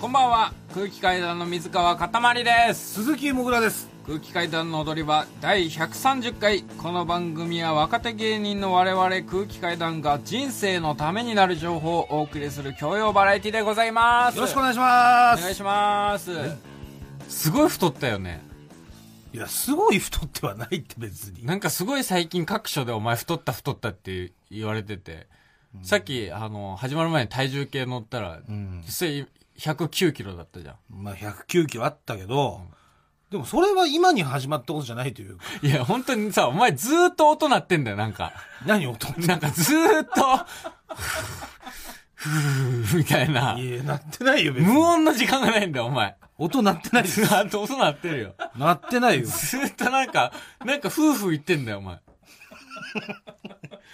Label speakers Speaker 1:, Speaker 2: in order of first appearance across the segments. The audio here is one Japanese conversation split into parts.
Speaker 1: こんばんは空気階段の水川かたまりです
Speaker 2: 鈴木もぐらです
Speaker 1: 空気階段の踊り場第130回この番組は若手芸人の我々空気階段が人生のためになる情報をお送りする教養バラエティでございます
Speaker 2: よろしくお
Speaker 1: お
Speaker 2: 願いします
Speaker 1: 願いしますすごい太ったよね
Speaker 2: いやすごい太ってはないって別に
Speaker 1: なんかすごい最近各所でお前太った太ったって言われてて、さっきあの始まる前に体重計乗ったら、
Speaker 2: ん
Speaker 1: 実際109キロだったじゃ
Speaker 2: まあ109キロあったけど、でもそれは今に始まったことじゃないというか
Speaker 1: ん。いや、本当にさ、お前ずーっと音鳴ってんだよ、なんか。
Speaker 2: 何をとって
Speaker 1: なんかずーっと、ふぅ、ふぅ、みたいな。
Speaker 2: いやなってないよ別
Speaker 1: 無
Speaker 2: に
Speaker 1: 音の時間がないんだよ、お前。
Speaker 2: 音なってないです
Speaker 1: ずーっと音鳴ってるよ。
Speaker 2: なってないよ
Speaker 1: ずーっとなんか、なんか夫婦言ってんだよ、お前。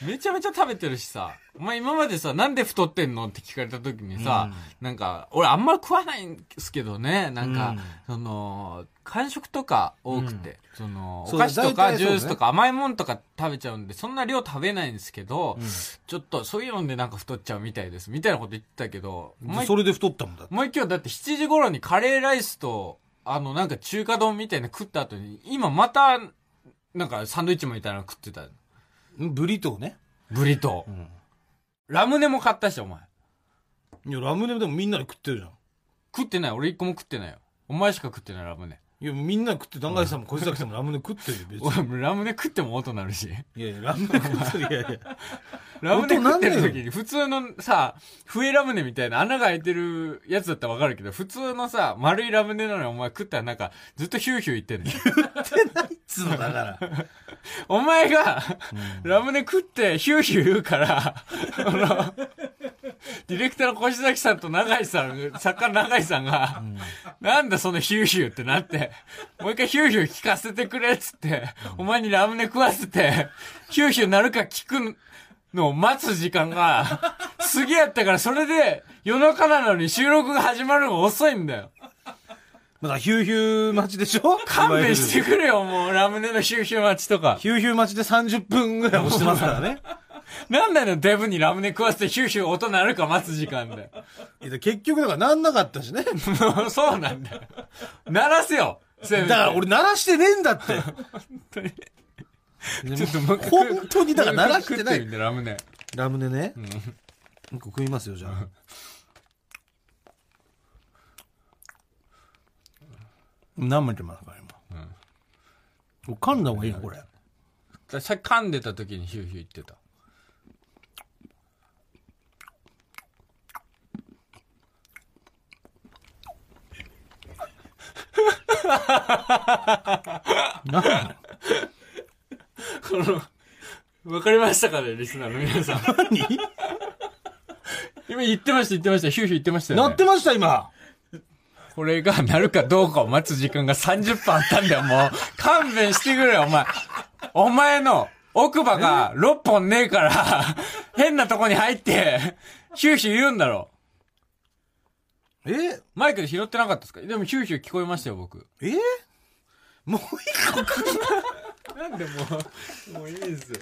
Speaker 1: めちゃめちゃ食べてるしさ。お前今までさ、なんで太ってんのって聞かれた時にさ、なんか、俺あんまり食わないんですけどね、なんか、その、間食とか多くて、その、お
Speaker 2: そう
Speaker 1: 菓子と
Speaker 2: 大体そう
Speaker 1: か
Speaker 2: ね
Speaker 1: ジュースとか甘いもんとか食べちゃうんで、そんな量食べないんですけど、ちょっとそういうのでなんか太っちゃうみたいです、みたいなこと言ってたけど、お前
Speaker 2: それで太ったもんだって
Speaker 1: もう今日だって7時頃にカレーライスと、あのなんか中華丼みたいなの食った後に、今また、なんかサンドイッチみたいなの食ってた。
Speaker 2: うんブリトーね
Speaker 1: ブリトー。ラムネも買ったし、お前。
Speaker 2: いやラムネでもみんなで食ってるじゃん
Speaker 1: 食ってない。俺一個も食ってないよ。お前しか食ってない、ラムネ。
Speaker 2: いやみんなで食って段階さんも小崎さんもラムネ食ってるよ別に
Speaker 1: 俺、ラムネ食っても音なるし。
Speaker 2: いやいやラムネ食ってるいやいや
Speaker 1: ラムネ
Speaker 2: 音な
Speaker 1: 食っ
Speaker 2: んね
Speaker 1: て
Speaker 2: えよ
Speaker 1: る時に、普通のさ、笛ラムネみたいな穴が開いてるやつだったらわかるけど、普通のさ、丸いラムネなのにお前食ったらなんか、ずっとヒューヒュー言ってんね
Speaker 2: つのだから
Speaker 1: お前が、ラムネ食ってヒューヒュー言うから、あの、ディレクターの越崎さんと永井さん、作家の永井さんが、なんだそのヒューヒューってなって、もう一回ヒューヒュー聞かせてくれっつって、お前にラムネ食わせて、ヒューヒューなるか聞くのを待つ時間が、すげえやったから、それで夜中なのに収録が始まるのが遅いんだよ。
Speaker 2: まだヒューヒュー待ちでしょ
Speaker 1: 勘弁してくれよ、もうラムネのヒューヒュー待ちとか。
Speaker 2: ヒューヒュー待ちで30分ぐらい押してますからね。
Speaker 1: なんなのデブにラムネ食わせてヒューヒュー音鳴るか待つ時間で。
Speaker 2: いや結局だからなんなかったし ね。
Speaker 1: もうそうなんだよ。鳴らせよせめ
Speaker 2: だ
Speaker 1: て
Speaker 2: から俺鳴らしてねえんだ って。
Speaker 1: ちょっともう一回
Speaker 2: 本当にだから鳴らしてな
Speaker 1: 食ってみ
Speaker 2: い。
Speaker 1: てラムネ。
Speaker 2: ラムネね。うん、個食いますよ、じゃあ。舐めてますから、今。うん、噛んだ方がいいな、これ。
Speaker 1: さっき噛んでた時にヒューヒュー言ってた。
Speaker 2: なんだ
Speaker 1: この、わかりましたかね、リスナーの皆さん。
Speaker 2: 何
Speaker 1: 今言ってました、言ってました、ヒューヒュー言ってましたよ、ね。
Speaker 2: 鳴ってました、今。
Speaker 1: これが鳴るかどうかを待つ時間が30分あったんだよ、もう。勘弁してくれよ、お前。お前の奥歯が6本ねえから、 変なとこに入って、ヒューヒュー言うんだろ。
Speaker 2: え
Speaker 1: マイクで拾ってなかったですかでもヒューヒュー聞こえましたよ、僕。
Speaker 2: えもう一個食
Speaker 1: なんでもう、もういいですよ。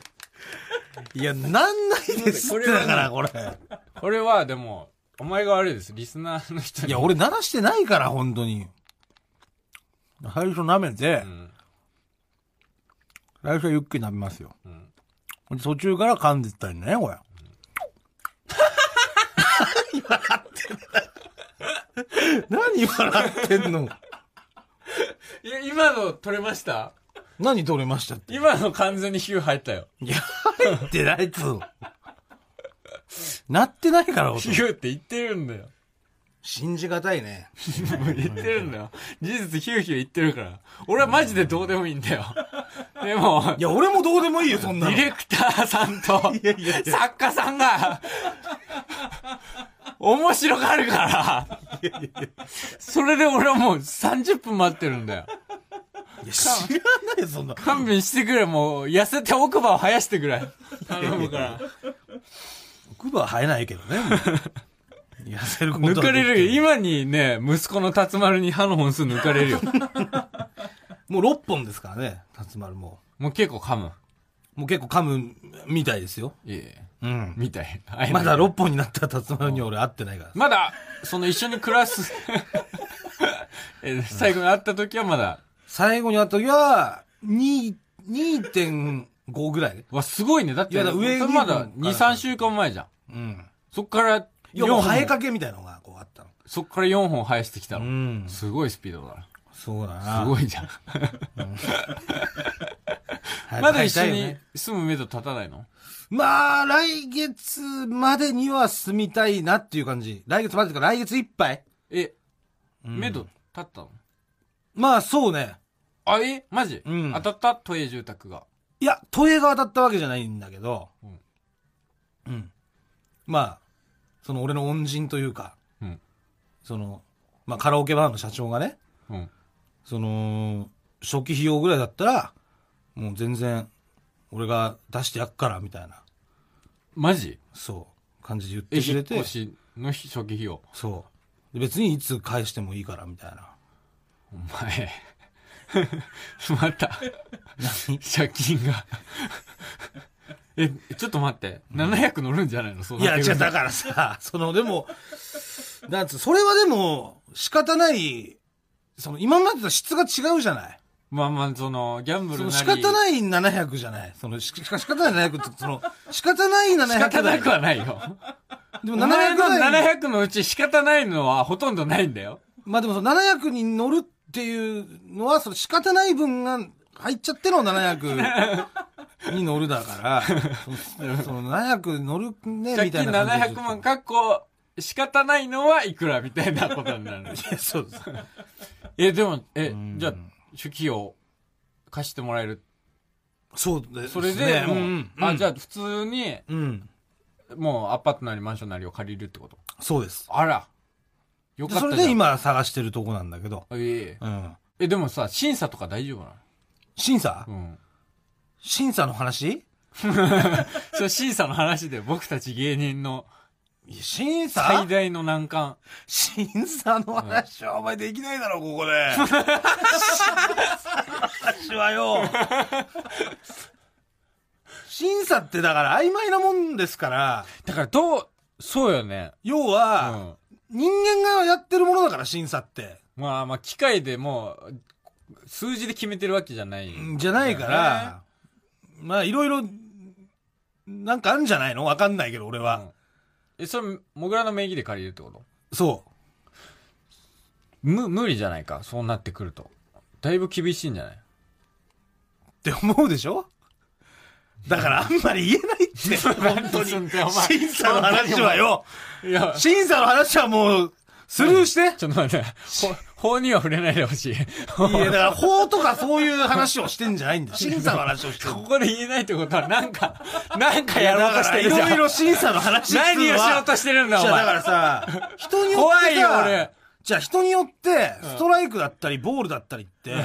Speaker 2: ういや、なんないですってだから、これ。
Speaker 1: これはでも、お前が悪いです。リスナーの人に。
Speaker 2: いや、俺鳴らしてないから、本当に。最初舐めて、
Speaker 1: ん
Speaker 2: 最初はゆっくり舐めますよ。
Speaker 1: ん
Speaker 2: で途中から噛んでったりね、これ。 何笑ってんだ何笑ってんの
Speaker 1: いや、今の取れました
Speaker 2: 何取れましたって。
Speaker 1: 今の完全にヒュー入ったよ。
Speaker 2: いや、入ってないっつうの。鳴って ないから、音
Speaker 1: ヒューって言ってるんだよ。
Speaker 2: 信じがたいね。
Speaker 1: もう言ってるんだよ。事実ヒューヒュー言ってるから。俺はマジでどうでもいいんだよ。でも、
Speaker 2: いや、俺もどうでもいいよ、そんな
Speaker 1: デ
Speaker 2: の
Speaker 1: ィ。レクターさん と、作家さんが、面白がるから、それで俺はもう30分待ってるんだよ。
Speaker 2: いや知らないよ、そんな。
Speaker 1: 勘弁してくれ、もう、痩せて奥歯を生やしてくれ。頼むから。
Speaker 2: 奥歯は生えないけどね。痩せることは
Speaker 1: 抜かれるよ。
Speaker 2: でき
Speaker 1: 今にね、息子の辰丸に歯の本数抜かれるよ。
Speaker 2: もう6本ですからね、辰丸も。
Speaker 1: もう結構噛む。
Speaker 2: もう結構噛むみたいですよ。
Speaker 1: いえいえ。
Speaker 2: うん。
Speaker 1: みたい。会えな
Speaker 2: ま
Speaker 1: い
Speaker 2: だ6本になった竜馬に俺会ってないから。
Speaker 1: まだ、その一緒に暮らす、 え最後に会った時はまだ、
Speaker 2: 最後に会った時は、2 2.5ぐらい。
Speaker 1: わ、すごいね。だって、
Speaker 2: いやだから上
Speaker 1: それまだ2、3週間前じゃん。
Speaker 2: うん。
Speaker 1: そっから
Speaker 2: いや、もう生えかけみたいなのがこうあったの。
Speaker 1: そっから4本生やしてきた
Speaker 2: う
Speaker 1: の。
Speaker 2: ん。
Speaker 1: すごいスピードだ
Speaker 2: そうだ
Speaker 1: な。
Speaker 2: な。
Speaker 1: すごいじゃん。
Speaker 2: 早く
Speaker 1: まだ
Speaker 2: 会い
Speaker 1: 一
Speaker 2: た
Speaker 1: 緒
Speaker 2: いよね
Speaker 1: に住む目処立たないの
Speaker 2: まあ、来月までには住みたいなっていう感じ。来月までとか来月いっぱい。
Speaker 1: え、
Speaker 2: うん
Speaker 1: 目処立ったの
Speaker 2: まあ、そうね。
Speaker 1: あ、えマジ
Speaker 2: うん
Speaker 1: 当たった都営住宅が。
Speaker 2: いや、都営が当たったわけじゃないんだけど、
Speaker 1: う
Speaker 2: うんん。まあ、その俺の恩人というか、
Speaker 1: うん
Speaker 2: その、まあカラオケバーの社長がね、
Speaker 1: うん。
Speaker 2: その、初期費用ぐらいだったら、もう全然、俺が出してやっから、みたいな、
Speaker 1: マジ
Speaker 2: そう、感じで言っ
Speaker 1: え、
Speaker 2: てく
Speaker 1: 引っ
Speaker 2: れて
Speaker 1: 越、しの初期費用。
Speaker 2: そう。で別にいつ返してもいいから、みたいな。
Speaker 1: お前。 また。借金が。え、ちょっと待って。700乗るんじゃないのそう
Speaker 2: い
Speaker 1: なっ
Speaker 2: や、
Speaker 1: てく
Speaker 2: 違う、
Speaker 1: る
Speaker 2: だからさ、 その、でも、なんつう、それはでも、仕方ない、その、今までと質が違うじゃない。
Speaker 1: まあまあ、その、ギャンブ
Speaker 2: そ
Speaker 1: ル
Speaker 2: の
Speaker 1: なり。
Speaker 2: 仕方ない700じゃない。その、ししか仕方ない700って、その、仕方ない700。
Speaker 1: 仕方なくはないよ。
Speaker 2: でも
Speaker 1: お前
Speaker 2: 700
Speaker 1: の
Speaker 2: ぐらい。
Speaker 1: 700のうち仕方ないのはほとんどないんだよ。
Speaker 2: まあでもその700に乗るっていうのは、その仕方ない分が入っちゃっての700に乗るだから、 そその700乗るね、
Speaker 1: 借
Speaker 2: みた
Speaker 1: 金
Speaker 2: いな感じで。
Speaker 1: 700万、かっこ、仕方ないのはいくらみたいなことになる。
Speaker 2: いやそうです。
Speaker 1: え、でも、え
Speaker 2: う、ん
Speaker 1: じゃあ、初期を貸してもらえる。
Speaker 2: そうです、ね。
Speaker 1: それで、もう、
Speaker 2: ん
Speaker 1: あ、じゃあ普通に、
Speaker 2: うん。
Speaker 1: もうアパートなりマンションなりを借りるってこと
Speaker 2: そうです。
Speaker 1: あら。よ
Speaker 2: で
Speaker 1: かった
Speaker 2: そ
Speaker 1: じゃ
Speaker 2: れ
Speaker 1: ん。
Speaker 2: で。今探してるとこなんだけど。
Speaker 1: ええ
Speaker 2: うん。
Speaker 1: え、でもさ、審査とか大丈夫な
Speaker 2: 審査
Speaker 1: のうん。
Speaker 2: 審査の話
Speaker 1: それ審査の話で僕たち芸人の
Speaker 2: いや審査
Speaker 1: 最大の難関。
Speaker 2: 審査の話はお前できないだろ、ここで。審査の話はよ。審査ってだから曖昧なもんですから、
Speaker 1: だからどう、そうよね。
Speaker 2: 要
Speaker 1: う
Speaker 2: は、
Speaker 1: ん。
Speaker 2: 人間がやってるものだから、審査って。
Speaker 1: まあまあ、機械でもう、数字で決めてるわけじゃない。
Speaker 2: じゃないから、まあいろいろ、なんかあるんじゃないのわかんないけど、俺
Speaker 1: う
Speaker 2: は
Speaker 1: ん。。え、それ、もぐらの名義で借りるってこと
Speaker 2: そう。
Speaker 1: む、無理じゃないか。そうなってくると。だいぶ厳しいんじゃない
Speaker 2: って思うでしょだからあんまり言えないって、本 当に。
Speaker 1: なんでそんなお前
Speaker 2: 審査の話はよ、
Speaker 1: いや、ち
Speaker 2: 審査の話はもう、スルーして。
Speaker 1: ょっと待って。 法法には触れないでほしい。
Speaker 2: いや、だから法とかそういう話をしてんじゃないんだよ。審査の話をしてる
Speaker 1: ここで言えないってことは、なんか、なんかや
Speaker 2: だ
Speaker 1: ろうと
Speaker 2: か
Speaker 1: して
Speaker 2: らい
Speaker 1: るじゃ
Speaker 2: ろい
Speaker 1: ん。
Speaker 2: ろ審査の話するのは
Speaker 1: 何をしようとしてるんだ、お
Speaker 2: じゃあだか
Speaker 1: 前。
Speaker 2: らさ、人によってさ
Speaker 1: 怖いよ俺
Speaker 2: じゃあ人によって、ストライクだったり、ボールだったりって、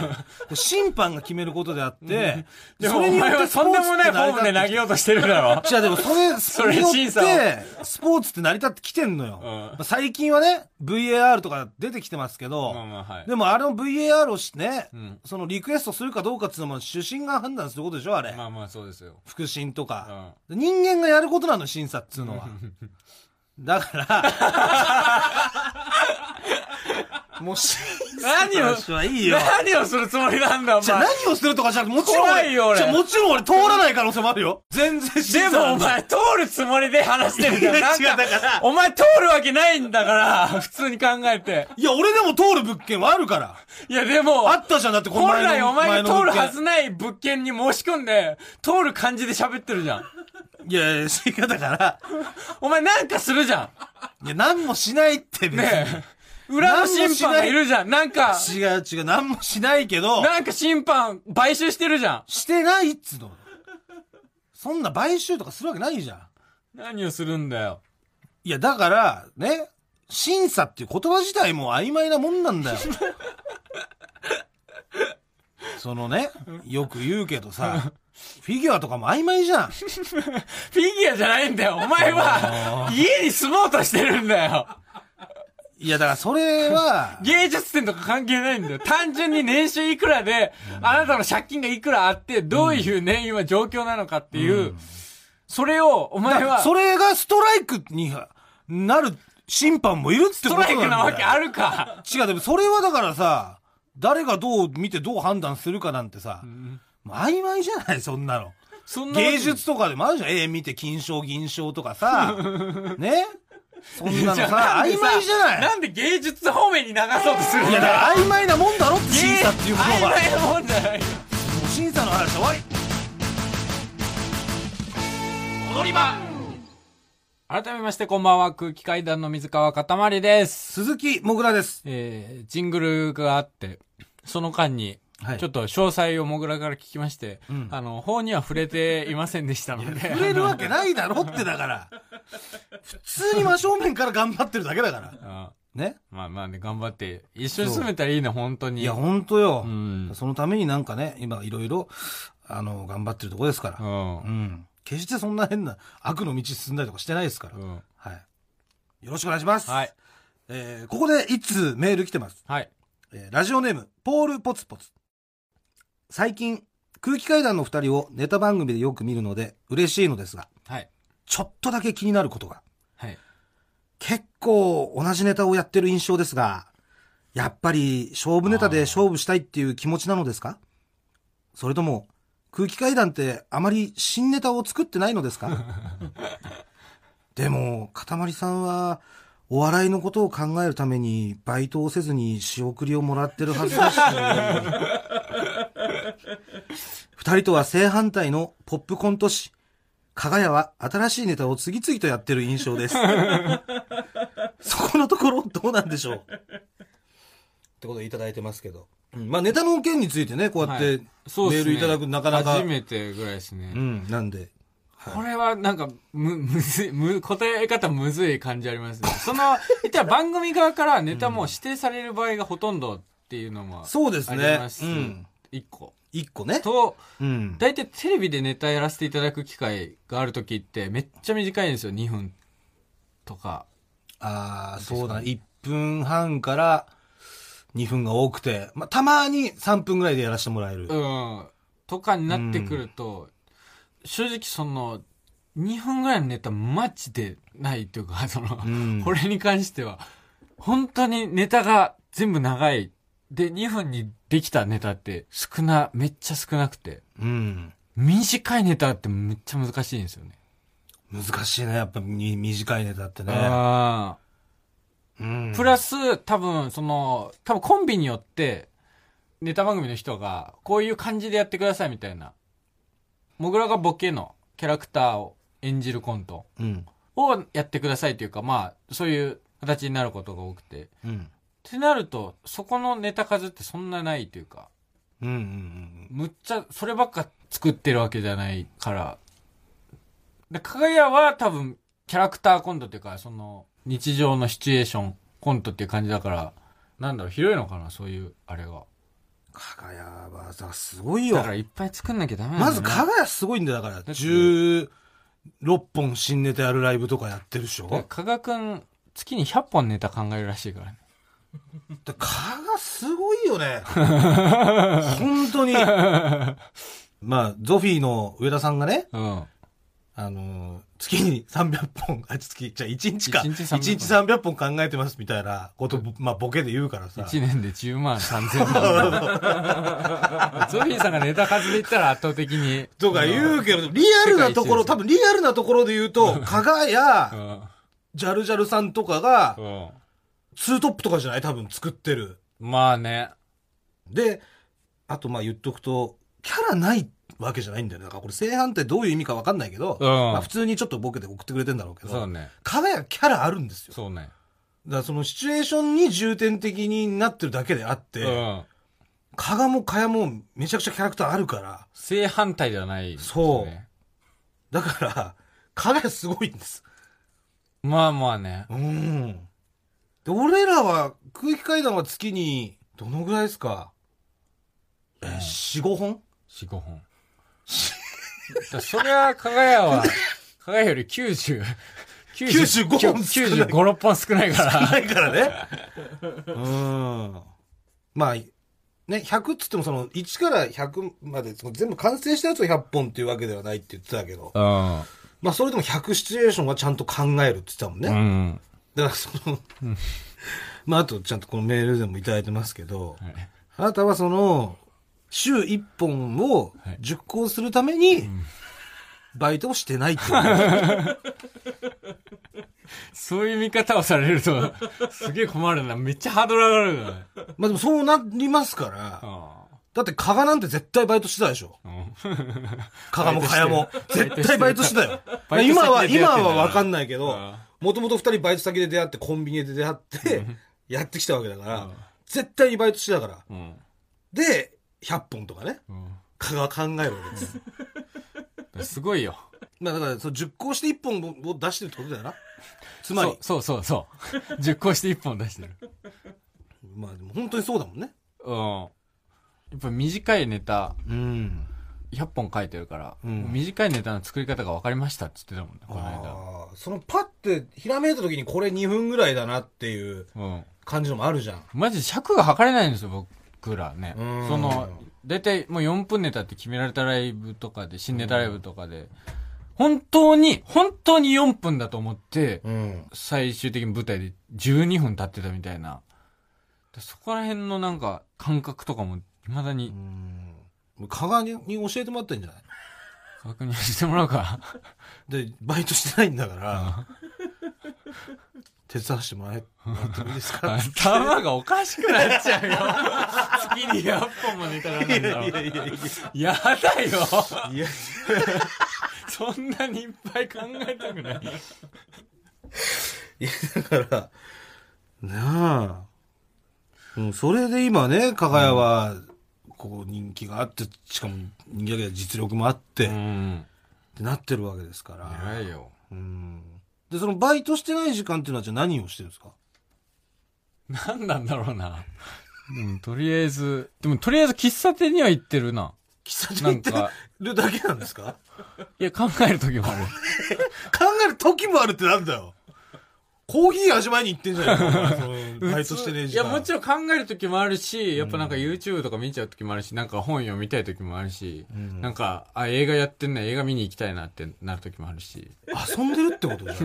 Speaker 2: 審判が決めることであって、
Speaker 1: でも、お前は
Speaker 2: スポ
Speaker 1: とんで
Speaker 2: ーツ
Speaker 1: も
Speaker 2: っ
Speaker 1: ない
Speaker 2: て
Speaker 1: フ
Speaker 2: 成
Speaker 1: ォ
Speaker 2: り
Speaker 1: ー
Speaker 2: 立っ
Speaker 1: ムで投げようとしてるだ ろ。
Speaker 2: じゃあでもそれ、
Speaker 1: そ
Speaker 2: そ
Speaker 1: れ
Speaker 2: れによ
Speaker 1: 審
Speaker 2: っ
Speaker 1: 査を
Speaker 2: て、スポーツって成り立ってきてんのよ。
Speaker 1: うん
Speaker 2: まあ最近はね、VAR とか出てきてますけど、
Speaker 1: まあまあ、はい。
Speaker 2: でもあれの VAR をしね、
Speaker 1: うん
Speaker 2: そのリクエストするかどうかっていうのも主審が判断することでしょ、あれ。
Speaker 1: まあまあ、そうですよ。
Speaker 2: 副審と
Speaker 1: う
Speaker 2: か、
Speaker 1: ん。
Speaker 2: 人間がやることなの、審査っつ うのは。だ から、もう審査の話はいいよ。
Speaker 1: 何をするつもりなんだ、お
Speaker 2: じゃあ
Speaker 1: 前。
Speaker 2: 何をするとかじゃなくて、もちろん
Speaker 1: 怖いよ俺
Speaker 2: じゃあもちろん俺通らない可能性もあるよ。全然
Speaker 1: で
Speaker 2: 審
Speaker 1: も
Speaker 2: 査な
Speaker 1: お
Speaker 2: んだ
Speaker 1: 前通るつもりで話してるじゃん。
Speaker 2: いや
Speaker 1: なん
Speaker 2: 違うだか、
Speaker 1: からお前通るわけないんだから、普通に考えて。
Speaker 2: いや、俺でも通る物件はあるから。
Speaker 1: いやでも
Speaker 2: あ、ったじゃん、だってこの
Speaker 1: 本
Speaker 2: 前の
Speaker 1: 来お前が
Speaker 2: 前の
Speaker 1: 通る
Speaker 2: 物件
Speaker 1: はずない物件に申し込んで、通る感じで喋ってるじゃん。
Speaker 2: いやいや、それが だから、
Speaker 1: お前なんかするじゃ
Speaker 2: いや、何もしないって
Speaker 1: ん。
Speaker 2: 別に。
Speaker 1: ねえ。裏の審判がいるじゃん。なんか、
Speaker 2: 違う違う、何もしないけど、
Speaker 1: なんか審判買収してるじゃ
Speaker 2: してないっつうの。そんな買収とかするわけないじゃ
Speaker 1: ん。
Speaker 2: ん。
Speaker 1: 何をするんだよ。
Speaker 2: いや、だから、ね、審査っていう言葉自体もう曖昧なも んなんだよ。そのね、よく言うけど さ、フィギュアとかも曖昧じゃん。
Speaker 1: フィギュアじゃないんだよ。お前は、家に住もうとしてるんだよ。、
Speaker 2: いや、だからそれは
Speaker 1: 芸術点とか関係ないんだよ。単純に年収いくらで、あなたの借金がいくらあって、どういうね、今状況なのかっていう、それを、お前は、
Speaker 2: そ
Speaker 1: ス
Speaker 2: れがストライクになる審判もいるってこ
Speaker 1: ト
Speaker 2: となん
Speaker 1: ラ
Speaker 2: だ
Speaker 1: イ
Speaker 2: よ
Speaker 1: クなわけあるか。
Speaker 2: 違う、でもそれはだからさ、誰がどう見てどう判断するかなんてさ、もう曖昧じゃない、そんなの。
Speaker 1: そんなわけ
Speaker 2: 芸術とかでもあるじゃん。絵見て金賞銀賞とかさ、ねそんなの
Speaker 1: じゃ
Speaker 2: さ
Speaker 1: あ、
Speaker 2: 曖昧じゃない。
Speaker 1: なんで芸術方面に流そうとするん
Speaker 2: いや、だか
Speaker 1: だよ。
Speaker 2: ら曖昧なもんだろって審査っていうものは。
Speaker 1: 曖昧なもんじゃないよ。
Speaker 2: もう審査の話終わり
Speaker 1: 踊り場改めまして、こんばんは。空気階段の水川かたまりです。
Speaker 2: 鈴木もぐらです。
Speaker 1: えー、ジングルがあって、その間に、
Speaker 2: はい
Speaker 1: ちょっと詳細をもぐらから聞きまして、
Speaker 2: ん
Speaker 1: あの、法には触れていませんでしたので。
Speaker 2: 触れるわけないだろってだから。普通に真正面から頑張ってるだけだから。
Speaker 1: あ
Speaker 2: ね
Speaker 1: まあまあね、頑張って。一緒に住めたらいいね、本当に。
Speaker 2: いや、ほんとよ。
Speaker 1: うん。
Speaker 2: そのためになんかね、今いろいろ、あの、頑張ってるとこですか
Speaker 1: う
Speaker 2: ら。
Speaker 1: ん。
Speaker 2: うん。決してそんな変な悪の道進んだりとかしてないですから。
Speaker 1: うん。
Speaker 2: はい。よろしくお願いします。
Speaker 1: はい。
Speaker 2: えーここで一通メール来てます。
Speaker 1: はい。
Speaker 2: えーラジオネーム、ポールポツポツ。最近、空気階段の二人をネタ番組でよく見るので嬉しいのですが、
Speaker 1: はい。
Speaker 2: ちょっとだけ気になることが。
Speaker 1: はい。
Speaker 2: 結構同じネタをやってる印象ですが、やっぱり勝負ネタで勝負したいっていう気持ちなのですかそれとも空気階段ってあまり新ネタを作ってないのですかでも、かたまりさんはお笑いのことを考えるためにバイトをせずに仕送りをもらってるはずだし、二人とは正反対のポップコント師、かがやは新しいネタを次々とやってる印 象です。そこのところどうなんでしょうってことをいただいてますけど。うんまあネタの件についてね、こうやって、
Speaker 1: はいそうっすね
Speaker 2: メールいただくなかなか
Speaker 1: 初めてぐらいですね。
Speaker 2: うん、なんで。
Speaker 1: これはなんか、む、 むずい、む、答え方むずい感じありますね。そ の、言ったら番組側からネタも指定される場合がほとんどっていうのも、
Speaker 2: そうですね
Speaker 1: あります。
Speaker 2: うん
Speaker 1: 一個。
Speaker 2: 一個ね。
Speaker 1: と、
Speaker 2: うん。
Speaker 1: 大体テレビでネタやらせていただく機会がある時ってめっちゃ短いんですよ、2分とか。
Speaker 2: ああ、そうだな。1分半から2分が多くて、まあたまに3分ぐらいでやらせてもらえる。
Speaker 1: うん。とかになってくると、正直その、2分ぐらいのネタマジでないというか、その、
Speaker 2: うん
Speaker 1: これに関しては、本当にネタが全部長い。で、2分にできたネタって少な、めっちゃ少なくて。
Speaker 2: うん。
Speaker 1: 短いネタってめっちゃ難しいんですよね。
Speaker 2: 難しいね。やっぱみ短いネタってね。
Speaker 1: あ
Speaker 2: うん
Speaker 1: あ。プラス、多分、その、多分コンビによって、ネタ番組の人が、こういう感じでやってくださいみたいな。もぐらがボケのキャラクターを演じるコント
Speaker 2: うん。
Speaker 1: をやってくださいというか、まあ、そういう形になることが多くて。
Speaker 2: うん。
Speaker 1: ってなると、そこのネタ数ってそんなないというか、
Speaker 2: うん。うん。
Speaker 1: むっちゃ、そればっか作ってるわけじゃないから。で、かがやは多分、キャラクターコントっていうか、その、日常のシチュエーション、コントっていう感じだから、なんだろう、広いのかな、そういう、あれが。
Speaker 2: かがやは、だからすごいよ
Speaker 1: だか。らいっぱい作んなきゃダメなんだ
Speaker 2: ま
Speaker 1: ね
Speaker 2: ず、かがやすごいんだよだから、16本新ネタやるライブとかやってるでしょ
Speaker 1: だから加賀くん、月に100本ネタ考えるらしいからね。
Speaker 2: だ蚊がすごいよね。本当に。まあ、ゾフィーの上田さんがね、
Speaker 1: うん。
Speaker 2: あのー月に300本、あ、月、じゃあ1日か。
Speaker 1: 一日
Speaker 2: 1日
Speaker 1: 300本
Speaker 2: ,300 本考えてますみたいなこと、まあ、ボケで言うからさ。
Speaker 1: 1年で10万3000本。ゾフィーさんがネタ数で言ったら圧倒的に。
Speaker 2: とか言うけど、リアルなところ、
Speaker 1: 世界一です
Speaker 2: 多分リアルなところで言うと、加賀や、
Speaker 1: ん。
Speaker 2: ジャルジャルさんとかが、
Speaker 1: うん。
Speaker 2: ツートップとかじゃない多分作ってる。
Speaker 1: まあね。
Speaker 2: で、あとまあ言っとくと、キャラないわけじゃないんだよね。だからこれ正反対どういう意味かわかんないけど、
Speaker 1: うん
Speaker 2: まあ普通にちょっとボケて送ってくれてんだろうけ
Speaker 1: そう
Speaker 2: ど、
Speaker 1: ね。
Speaker 2: かがやキャラあるんですよ。
Speaker 1: そうね。
Speaker 2: だからそのシチュエーションに重点的になってるだけであっ
Speaker 1: う
Speaker 2: て、
Speaker 1: ん。
Speaker 2: 加賀も加やもめちゃくちゃキャラクターあるから、
Speaker 1: 正反対ではない、う。
Speaker 2: だから、加賀やすごいんです。
Speaker 1: まあまあね。
Speaker 2: うん。で、俺らは空気階段は月に、どのぐらいですかえー、4、5本
Speaker 1: 4、5本。だそりゃ、かがやは、かがやより90、
Speaker 2: 95本少ない
Speaker 1: 95、6本少ないから。
Speaker 2: ないからね。うん。まあ、ね、100っつってもその、1から100まで、その全部完成したやつを100本っていうわけではないって言ってたけど、
Speaker 1: うん。
Speaker 2: まあそれでも100シチュエーションはちゃんと考えるって言ってたもんね。
Speaker 1: うん。
Speaker 2: だからその、まああとちゃんとこのメールでもいただいてますけど、
Speaker 1: はい
Speaker 2: あなたはその、週1本を
Speaker 1: はい
Speaker 2: 熟考するために、バイトをしてないっていう。
Speaker 1: そういう見方をされると、すげえ困るな。めっちゃハードル上がるな。
Speaker 2: まあでもそうなりますから、だって加賀なんて絶対バイトしてたでしょ。加賀も加賀も。絶対バイトしてたよ。
Speaker 1: バイト先で出会ってんだ
Speaker 2: 今
Speaker 1: から
Speaker 2: は、今はわかんないけど
Speaker 1: うん、
Speaker 2: もともと二人バイト先で出会って、コンビニで出会って、やってきたわけだから、絶対にバイトしてたから。
Speaker 1: うん。
Speaker 2: で、100本とかね、
Speaker 1: うん。
Speaker 2: 加賀は考えるわけです。
Speaker 1: すごいよ。
Speaker 2: まあだから、その熟考して1本を出してるってことだよな。つ
Speaker 1: つ
Speaker 2: まり、
Speaker 1: そうそうそうそう。10個して1本出してる。
Speaker 2: まあでも本当にそうだもんね。
Speaker 1: うん。やっぱ短いネタ、
Speaker 2: うん。
Speaker 1: 100本書いてるから、
Speaker 2: うん
Speaker 1: 短いネタの作り方が分かりましたって言ってたもんね、この
Speaker 2: ああ、そのパッてひらめいた時にこれ2分ぐらいだなっていう
Speaker 1: 間。うん。
Speaker 2: 感じのもあるじゃん。
Speaker 1: マジ尺が測れないんですよ、僕らね
Speaker 2: うん。
Speaker 1: その、だいたいもう4分ネタって決められたライブとかで、新ネタライブとかで、本当に、本当に4分だと思って、
Speaker 2: うん。
Speaker 1: 最終的に舞台で12分経ってたみたいな。でそこら辺のなんか感覚とかも未だに
Speaker 2: うん。加賀にに教えてもらったらいいんじゃない
Speaker 1: 確認してもらうか。
Speaker 2: で、バイトしてないんだ から、手伝わせてもらえ、もらってもいいですかって
Speaker 1: 頭がおかしくなっちゃうよ。 月に100本もネタなんだろう。
Speaker 2: いやい
Speaker 1: やだよ。
Speaker 2: やいや。
Speaker 1: そんなにいっぱい考えたくない。
Speaker 2: だから、なあ。うん、それで今ね、加賀屋は、こう人気があって、しかも人気だけど実力もあって、
Speaker 1: う
Speaker 2: っ
Speaker 1: ん。
Speaker 2: てなってるわけですから。
Speaker 1: 偉いよ。
Speaker 2: うん。で、そのバイトしてない時間っていうのはじゃあ何をしてるんですか
Speaker 1: なんなんだろうな。でも、とりあえず、でも、とりあえず喫茶店には行ってるな。
Speaker 2: 喫茶店行って
Speaker 1: なん か
Speaker 2: るだけなんですか
Speaker 1: いや、考える時もある。
Speaker 2: 考える時もあるってなんだよ。コーヒー味わいに行ってんじゃないかお前そのバイトしてねえ時間。
Speaker 1: いや、もちろん考える時もあるし、やっぱなんか YouTube とか見ちゃう時もあるし、なんか本読みたい時もあるし、
Speaker 2: ん
Speaker 1: なんか、あ、映画やってんな、映画見に行きたいなってなる時もあるし。
Speaker 2: 遊んでるってことじ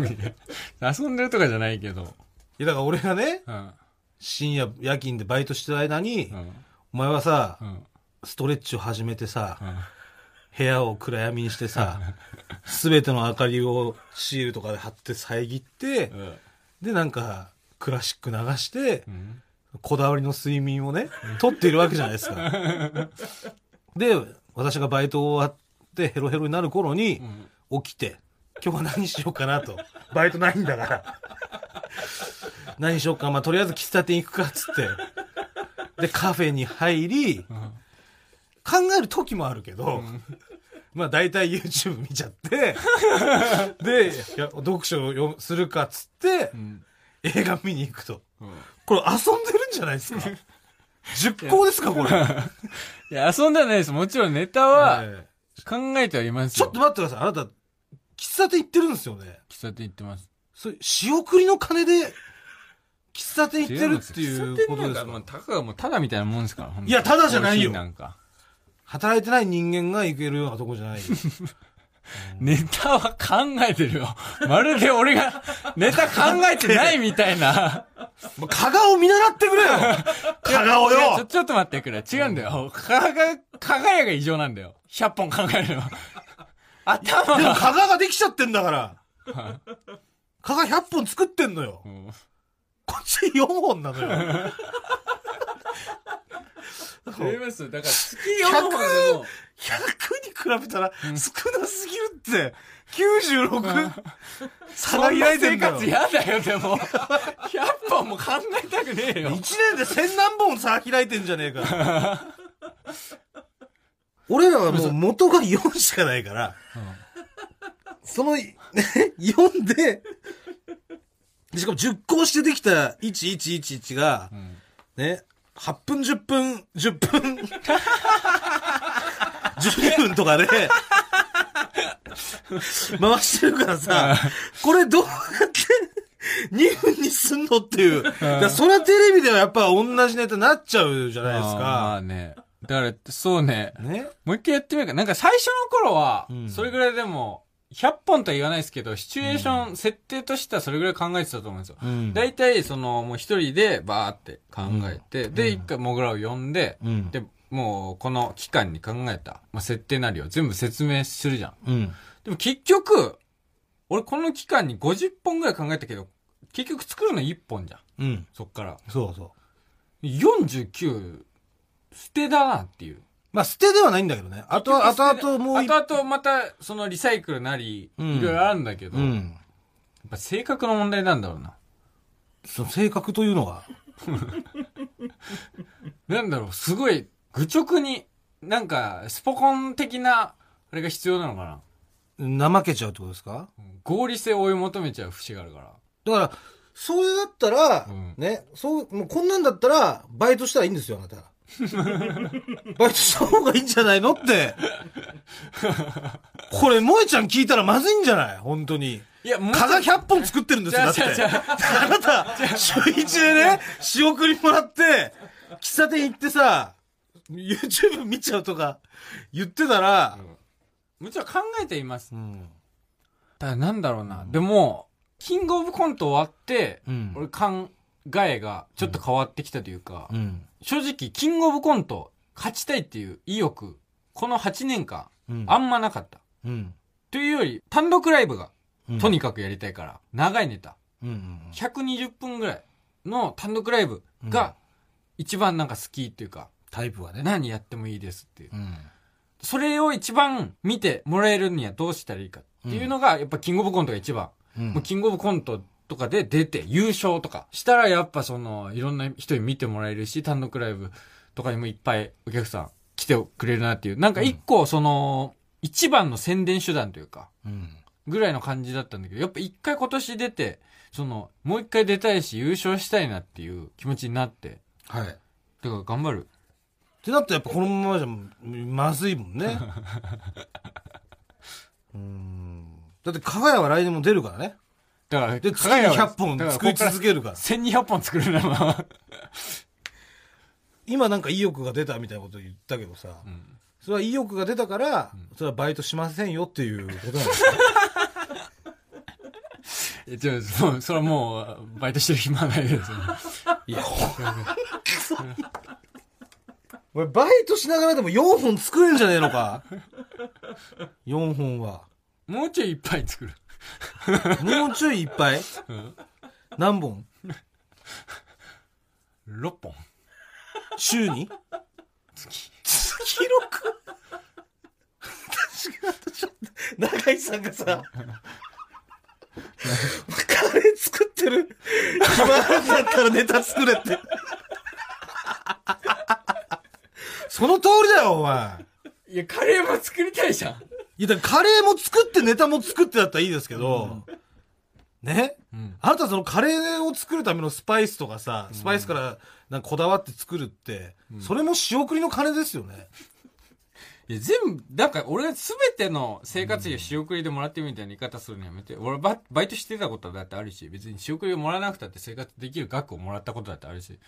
Speaker 2: ゃん。い
Speaker 1: 遊んでるとかじゃないけど。
Speaker 2: や、だから俺がね、
Speaker 1: うん。
Speaker 2: 深夜夜勤でバイトしてる間に、
Speaker 1: うん。
Speaker 2: お前はさ、
Speaker 1: うん。
Speaker 2: ストレッチを始めてさ、
Speaker 1: うん
Speaker 2: 部屋を暗闇にしてさ、すべての明かりをシールとかで貼って遮って、で、なんか、クラシック流して、
Speaker 1: うん。
Speaker 2: こだわりの睡眠をね、とっているわけじゃないですか。 で、私がバイト終わってヘロヘロになる頃に、起きて、今日は何しようかなと。バイトないんだ から。何しようか。まあ、とりあえず喫茶店行くか、っつって。で、カフェに入り、考える時もあるけど、まあ、大体 YouTube 見ちゃって、 で、いや読書を読むするか、っつって、
Speaker 1: ん
Speaker 2: 映画見に行くと。
Speaker 1: うん
Speaker 2: これ遊んでるんじゃないで すか ?10 校ですか、これ。
Speaker 1: いや、遊んではないです。もちろんネタは
Speaker 2: ええ
Speaker 1: 考えてはいます
Speaker 2: ちょ
Speaker 1: よ。
Speaker 2: っと待ってください。あなた、喫茶店行ってるんですよね。
Speaker 1: 喫茶店行ってます。
Speaker 2: それ、仕送りの金で、喫茶店行ってるっていうことです
Speaker 1: も
Speaker 2: か
Speaker 1: う、たかがもうただみたいなもんですから。
Speaker 2: いやタダじゃないよ
Speaker 1: コーヒーなんか。
Speaker 2: 働いてない人間が行けるようなとこじゃない。
Speaker 1: ネタは考えてるよ。 まるで俺がネタ考えてないみたい な。
Speaker 2: まあ、加賀を見習って くれよ加賀を
Speaker 1: ちょ、
Speaker 2: よ
Speaker 1: ちょっと待ってくれ。違うんだよ。かが、かがやが異常なんだよ。100本考える の。頭
Speaker 2: でも
Speaker 1: が。
Speaker 2: 加賀ができちゃってんだから加賀100本作ってんのよ
Speaker 1: うん
Speaker 2: こっち4本なのよ
Speaker 1: ありますだから月
Speaker 2: 100
Speaker 1: 4本でも。
Speaker 2: 100に比べたら少なすぎるって96差が
Speaker 1: そんな
Speaker 2: 開い
Speaker 1: 生
Speaker 2: てんだよ
Speaker 1: 活嫌だよ、で も。100本も考えたくねえよ。
Speaker 2: 1年で千何本差開いてんじゃねえか 俺らはもう元が4しかないから、その、ね、4で、でしかも10個してできた1111が、ね、8分、10分、10分、12分とかで、回してるからさ、これどうやって2分にすんのっていう。だからそらテレビではやっぱ同じネタになっちゃうじゃないです
Speaker 1: あーま
Speaker 2: か。
Speaker 1: あね。だから、そうね。
Speaker 2: ね。
Speaker 1: もう一回やってみるか。なんか最初の頃は
Speaker 2: う、ん
Speaker 1: それぐらいでも、100本とは言わないですけど、シチュエーション、設定としてはそれぐらい考えてたと思うんですよ。
Speaker 2: うん
Speaker 1: 大体、その、もう一人でバーって考えて、
Speaker 2: う
Speaker 1: で、
Speaker 2: ん
Speaker 1: 一回モグラを呼んで、
Speaker 2: うん。
Speaker 1: で、もう、この期間に考えた、まあ、設定なりを全部説明するじゃん。
Speaker 2: うん。
Speaker 1: でも結局、俺この期間に50本ぐらい考えたけど、結局作るの1本じゃん。
Speaker 2: うん。
Speaker 1: そっから。
Speaker 2: そうそう。
Speaker 1: 49、捨てだなっていう。
Speaker 2: まあ、捨てではないんだけどね。あとは、あとあともう一
Speaker 1: 後々また、そのリサイクルなり、
Speaker 2: うん
Speaker 1: いろいろあるんだけど、
Speaker 2: う
Speaker 1: やっ
Speaker 2: ん。
Speaker 1: ぱ性格の問題なんだろうな。
Speaker 2: その性格というのは。
Speaker 1: なんだろう、すごい、愚直に、なんか、スポコン的な、あれが必要なのかな。
Speaker 2: 怠けちゃうってことですか
Speaker 1: 合理性を追い求めちゃう節があるから。
Speaker 2: だから、それだったら、
Speaker 1: うん
Speaker 2: ね、そう、もうこんなんだったら、バイトしたらいいんですよ、あな た。バイトした方がいいんじゃないのって。これ、萌えちゃん聞いたらまずいんじゃない本当に。
Speaker 1: いや、もう
Speaker 2: 蚊が100本作ってるんですよ、だって。
Speaker 1: 違う違う違う
Speaker 2: あなた、週一でね、仕送りもらって、喫茶店行ってさ、YouTube 見ちゃうとか言ってたら、
Speaker 1: もちろん考えています。
Speaker 2: うん。
Speaker 1: だからなんだろうな。でも、キングオブコント終わって、
Speaker 2: うん
Speaker 1: 俺考えがちょっと変わってきたというか、
Speaker 2: うん。
Speaker 1: 正直、キングオブコント勝ちたいっていう意欲、この8年間、
Speaker 2: うん
Speaker 1: あんまなかった。
Speaker 2: うん。
Speaker 1: というより、単独ライブが、と
Speaker 2: に、
Speaker 1: にかくやりたいから、長いネタ、
Speaker 2: うん。
Speaker 1: 120分ぐらいの単独ライブ
Speaker 2: うん
Speaker 1: が、一番なんか好きっていうか、
Speaker 2: タイプはね。
Speaker 1: 何やってもいいですっていう。
Speaker 2: うん。
Speaker 1: それを一番見てもらえるにはどうしたらいいかっていうのが、やっぱキングオブコントが一番。
Speaker 2: うん
Speaker 1: もうキングオブコントとかで出て優勝とかしたらやっぱそのいろんな人に見てもらえるし単独ライブとかにもいっぱいお客さん来てくれるなっていうなんか一個その一番の宣伝手段というか
Speaker 2: うん。
Speaker 1: ぐらいの感じだったんだけどやっぱ一回今年出てそのもう一回出たいし優勝したいなっていう気持ちになって
Speaker 2: はい。っ
Speaker 1: だから頑張る
Speaker 2: てなったらやっぱこのままじゃまずいもん ね。うん。だって、加賀谷は来年も出るからね。
Speaker 1: だから
Speaker 2: で、月に
Speaker 1: 輝は
Speaker 2: 100本作り続けるから。
Speaker 1: 1200本作るなら、
Speaker 2: 今なんか意欲が出たみたいなこと言ったけどさ、
Speaker 1: うん
Speaker 2: それは意欲が出たから、それはバイトしませんよっていうことなんですよ
Speaker 1: えちょそそれはもうバイトしてる暇はないです
Speaker 2: い や、ほら。俺、バイトしながらでも4本作れんじゃねえの か。4本は。
Speaker 1: もうちょいいっぱい作る
Speaker 2: もうちょいいっぱい何本
Speaker 1: 6本
Speaker 2: 週に月。月6。確かに、あとちょっと、長井さんがさ、カレー作ってる。暇あるんだったらネタ作れって。その通りだよ、お前。
Speaker 1: いや、カレーも作りたいじゃん。
Speaker 2: いや、だからカレーも作ってネタも作ってだったらいいですけど、ね
Speaker 1: うん。
Speaker 2: あなたそのカレーを作るためのスパイスとかさ、スパイスからなんかこだわって作るって、それも仕送りの金ですよね。
Speaker 1: いや、全部、なんか俺が全ての生活費を仕送りでもらってるみたいな言い方するのやめて。俺バ、バイトしてたことだってあるし、別に仕送りをもらわなくたって生活できる額をもらったことだってあるし。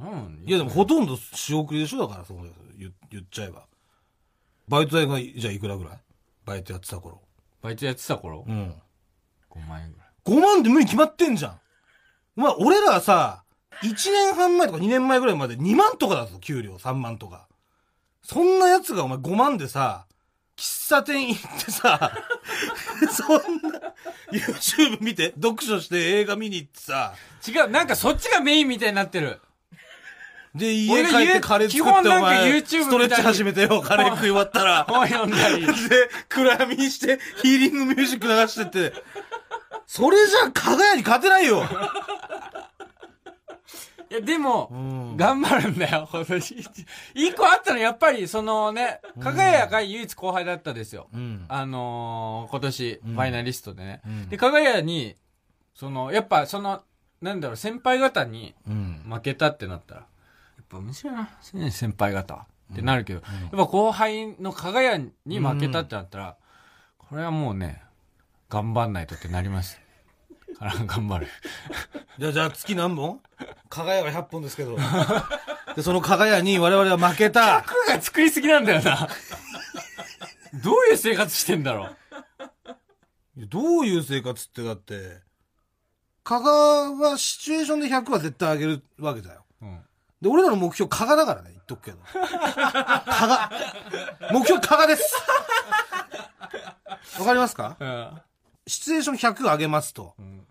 Speaker 1: うん。
Speaker 2: いやでもほとんど仕送りでしょだから、その言言っちゃえば。バイト代が、じゃあいくらぐらいバイトやってた頃。
Speaker 1: バイトやってた頃、
Speaker 2: うん。
Speaker 1: 5万円ぐらい。
Speaker 2: 5万で無理決まってんじゃん。お前、俺らさ、1年半前とか2年前ぐらいまで2万とかだぞ、給料3万とか。そんな奴がお前5万でさ、喫茶店行ってさ、 そんな、YouTube 見て、読書して映画見に行ってさ、
Speaker 1: 違う、なんかそっちがメインみたいになってる。
Speaker 2: で、
Speaker 1: 俺が
Speaker 2: 家帰っ
Speaker 1: 言
Speaker 2: て
Speaker 1: う
Speaker 2: カレー
Speaker 1: 基
Speaker 2: 作っ
Speaker 1: 本
Speaker 2: て
Speaker 1: な
Speaker 2: お
Speaker 1: んか
Speaker 2: 前、
Speaker 1: YouTube
Speaker 2: ストレッチ始めてよ、カレー食い終わったら。
Speaker 1: 本読んだり
Speaker 2: で。、暗闇にして、ヒーリングミュージック流してって、それじゃ、加賀屋に勝てないよ
Speaker 1: いや、でも、
Speaker 2: ん
Speaker 1: 頑張るんだよ、 今年。一個あったの、やっぱり、そのね、かがやが唯一後輩だったですよ。
Speaker 2: うん。
Speaker 1: あのー今年、フ
Speaker 2: ん
Speaker 1: ァイナリストでね。
Speaker 2: うん
Speaker 1: で、かがやに、その、やっぱ、その、なんだろう、先輩方に
Speaker 2: うん。
Speaker 1: 負けたってなったら、やっぱ面白いな、先輩方ってなるけど、やっぱ後輩のかがやに負けたってなったら、これはもうね、頑張んないとってなりま した。から頑張る。
Speaker 2: じゃあ、じゃあ月何本加賀屋は100本ですけど。で、その加賀屋に我々は負けた。
Speaker 1: 服が作りすぎなんだよ な。どういう生活してんだろう。
Speaker 2: どういう生活ってだって、加賀はシチュエーションで100は絶対あげるわけだよ。
Speaker 1: うん。
Speaker 2: で、俺らの目標加賀だからね、言っとくけど。加賀。目標加賀です。わかりますか
Speaker 1: うん。
Speaker 2: シチュエーション100上げますと。
Speaker 1: ん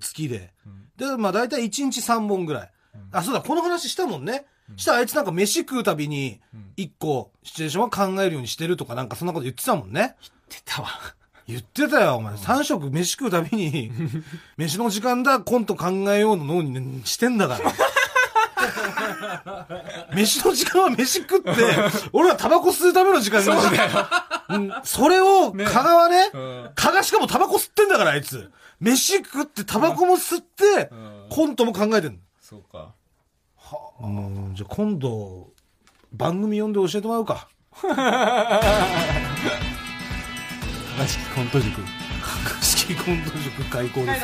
Speaker 2: 月で
Speaker 1: ん。
Speaker 2: で、まあ大体1日3本ぐらい。あ、そうだ、この話したもんね。したらあいつなんか飯食うたびに、1個シチュエーションは考えるようにしてるとかなんかそんなこと言ってたもんね。
Speaker 1: 出たわ。
Speaker 2: 言ってたよ、お前。3食飯食うたびに、飯の時間だ、コント考えようの脳に、ね、してんだから。飯の時間は飯食って、俺はタバコ吸うための時間なんだよ。うんそれを、加賀はね、
Speaker 1: うん。
Speaker 2: 加賀しかもタバコ吸ってんだから、あいつ。飯食って、タバコも吸って、
Speaker 1: ん
Speaker 2: コントも考えてん
Speaker 1: そうか。
Speaker 2: の。もう、じゃあ今度、番組呼んで教えてもら うか。
Speaker 1: 高式コント塾。
Speaker 2: 加賀式コント塾開講です。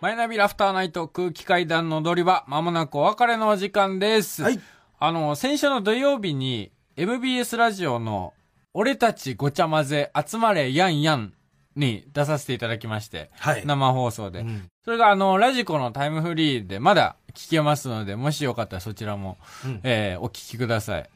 Speaker 1: マイナビラフターナイト空気階段の踊り場、まもなくお別れのお時間です。
Speaker 2: はい。
Speaker 1: あの、先週の土曜日に、MBS ラジオの、俺たちごちゃ混ぜ、集まれやんやんに出させていただきまして、
Speaker 2: はい。
Speaker 1: 生放送で。
Speaker 2: うん
Speaker 1: それが、あの、ラジコのタイムフリーでまだ聞けますので、もしよかったらそちらも、
Speaker 2: うん
Speaker 1: えーお聞きください。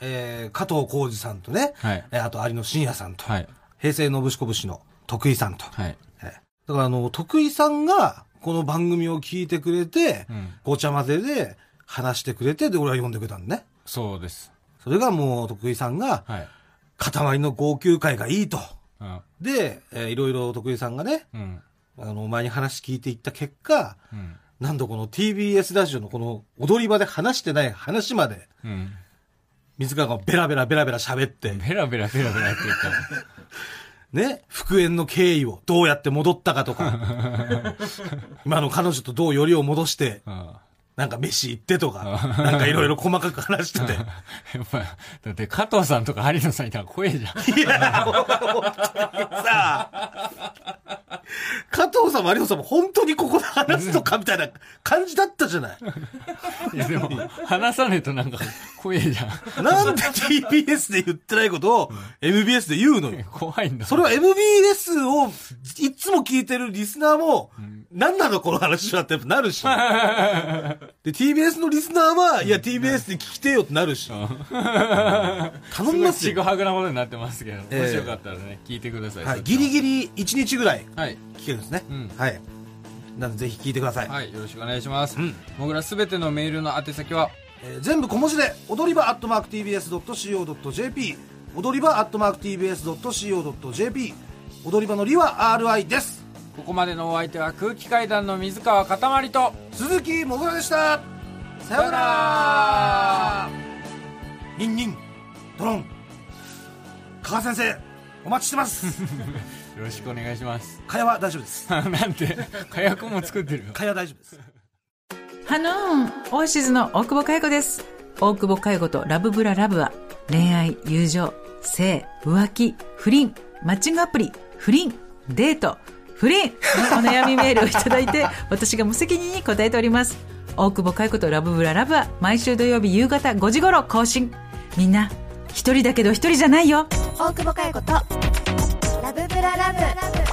Speaker 2: えー加藤浩二さんとね、
Speaker 1: はい。
Speaker 2: えーあと有野真也さんと、
Speaker 1: はい。
Speaker 2: 平成のぶしこぶしの徳井さんと。
Speaker 1: はい。
Speaker 2: えーだからあの、徳井さんがこの番組を聞いてくれて、
Speaker 1: うん。
Speaker 2: ごちゃ混ぜで話してくれて、で、俺は読んでくれたんね。
Speaker 1: そうです。
Speaker 2: それがもう徳井さんが、
Speaker 1: はい。
Speaker 2: 塊の号泣会がいいと。
Speaker 1: うん。
Speaker 2: で、えーいろいろ徳井さんがね、
Speaker 1: うん。
Speaker 2: あの、お前に話聞いていった結果、
Speaker 1: うん。
Speaker 2: なんとこの TBS ラジオのこの踊り場で話してない話まで、
Speaker 1: うん。
Speaker 2: 水川がベラベラベラベラ喋って、
Speaker 1: ベラベラベラベラって言ったら。
Speaker 2: ね、復縁の経緯をどうやって戻ったかとか、今の彼女とどうよりを戻して、
Speaker 1: うん
Speaker 2: なんか飯行ってとか、なんかいろいろ細かく話してて。
Speaker 1: やっぱ、だって加藤さんとか有野さんいたら怖えじゃん。
Speaker 2: いや、本当にさあ、加藤さんも有吉さんも本当にここで話すのかみたいな感じだったじゃない。
Speaker 1: いやでも、話さねえとなんか怖えじゃん。
Speaker 2: なんで TBS で言ってないことを MBS で言うのよ。
Speaker 1: 怖いんだ。
Speaker 2: それは MBS をいつも聞いてるリスナーも、何なのこの話はってやっぱな るし。で、TBS のリスナーは、いや、TBS で聞きてえよってなるし。頼
Speaker 1: す
Speaker 2: み
Speaker 1: ご
Speaker 2: ま
Speaker 1: い
Speaker 2: す
Speaker 1: ちぐ
Speaker 2: よ。
Speaker 1: はぐなことになってますけど、
Speaker 2: ええ
Speaker 1: もしよかったらね、聞いてください。
Speaker 2: はい、
Speaker 1: そっ
Speaker 2: ギ
Speaker 1: ちの
Speaker 2: リギリ1日ぐらい
Speaker 1: はい。
Speaker 2: 聞けるんですね。
Speaker 1: うん
Speaker 2: はい。なので、ぜひ聞いてください。
Speaker 1: はい、よろしくお願いします
Speaker 2: うん。
Speaker 1: 僕らすべてのメールの宛先は、
Speaker 2: えー全部小文字で、踊り場アットマーク TBS.CO.JP、踊り場アットマーク TBS.CO.JP、踊り場のりは RI です。
Speaker 1: ここまでのお相手は空気階段の水川かたまりと、
Speaker 2: 鈴木もぐらでしたさようならニンニンドロン加賀先生お待ちしてます
Speaker 1: よろしくお願いします。
Speaker 2: 蚊帳は大丈夫です
Speaker 1: なんて、火薬も作ってるよ。
Speaker 2: 蚊帳は大丈夫です
Speaker 3: ハノーンオーシズの大久保佳代子です。大久保佳代子とラブブララブは恋愛、友情、性、浮気、不倫、マッチングアプリ、不倫、デート、不倫のお悩みメールをいただいて私が無責任に答えております。大久保佳代子とラブブララブは毎週土曜日夕方5時頃更新。みんな、一人だけど一人じゃないよ
Speaker 4: 大久保佳代子とラブブララブ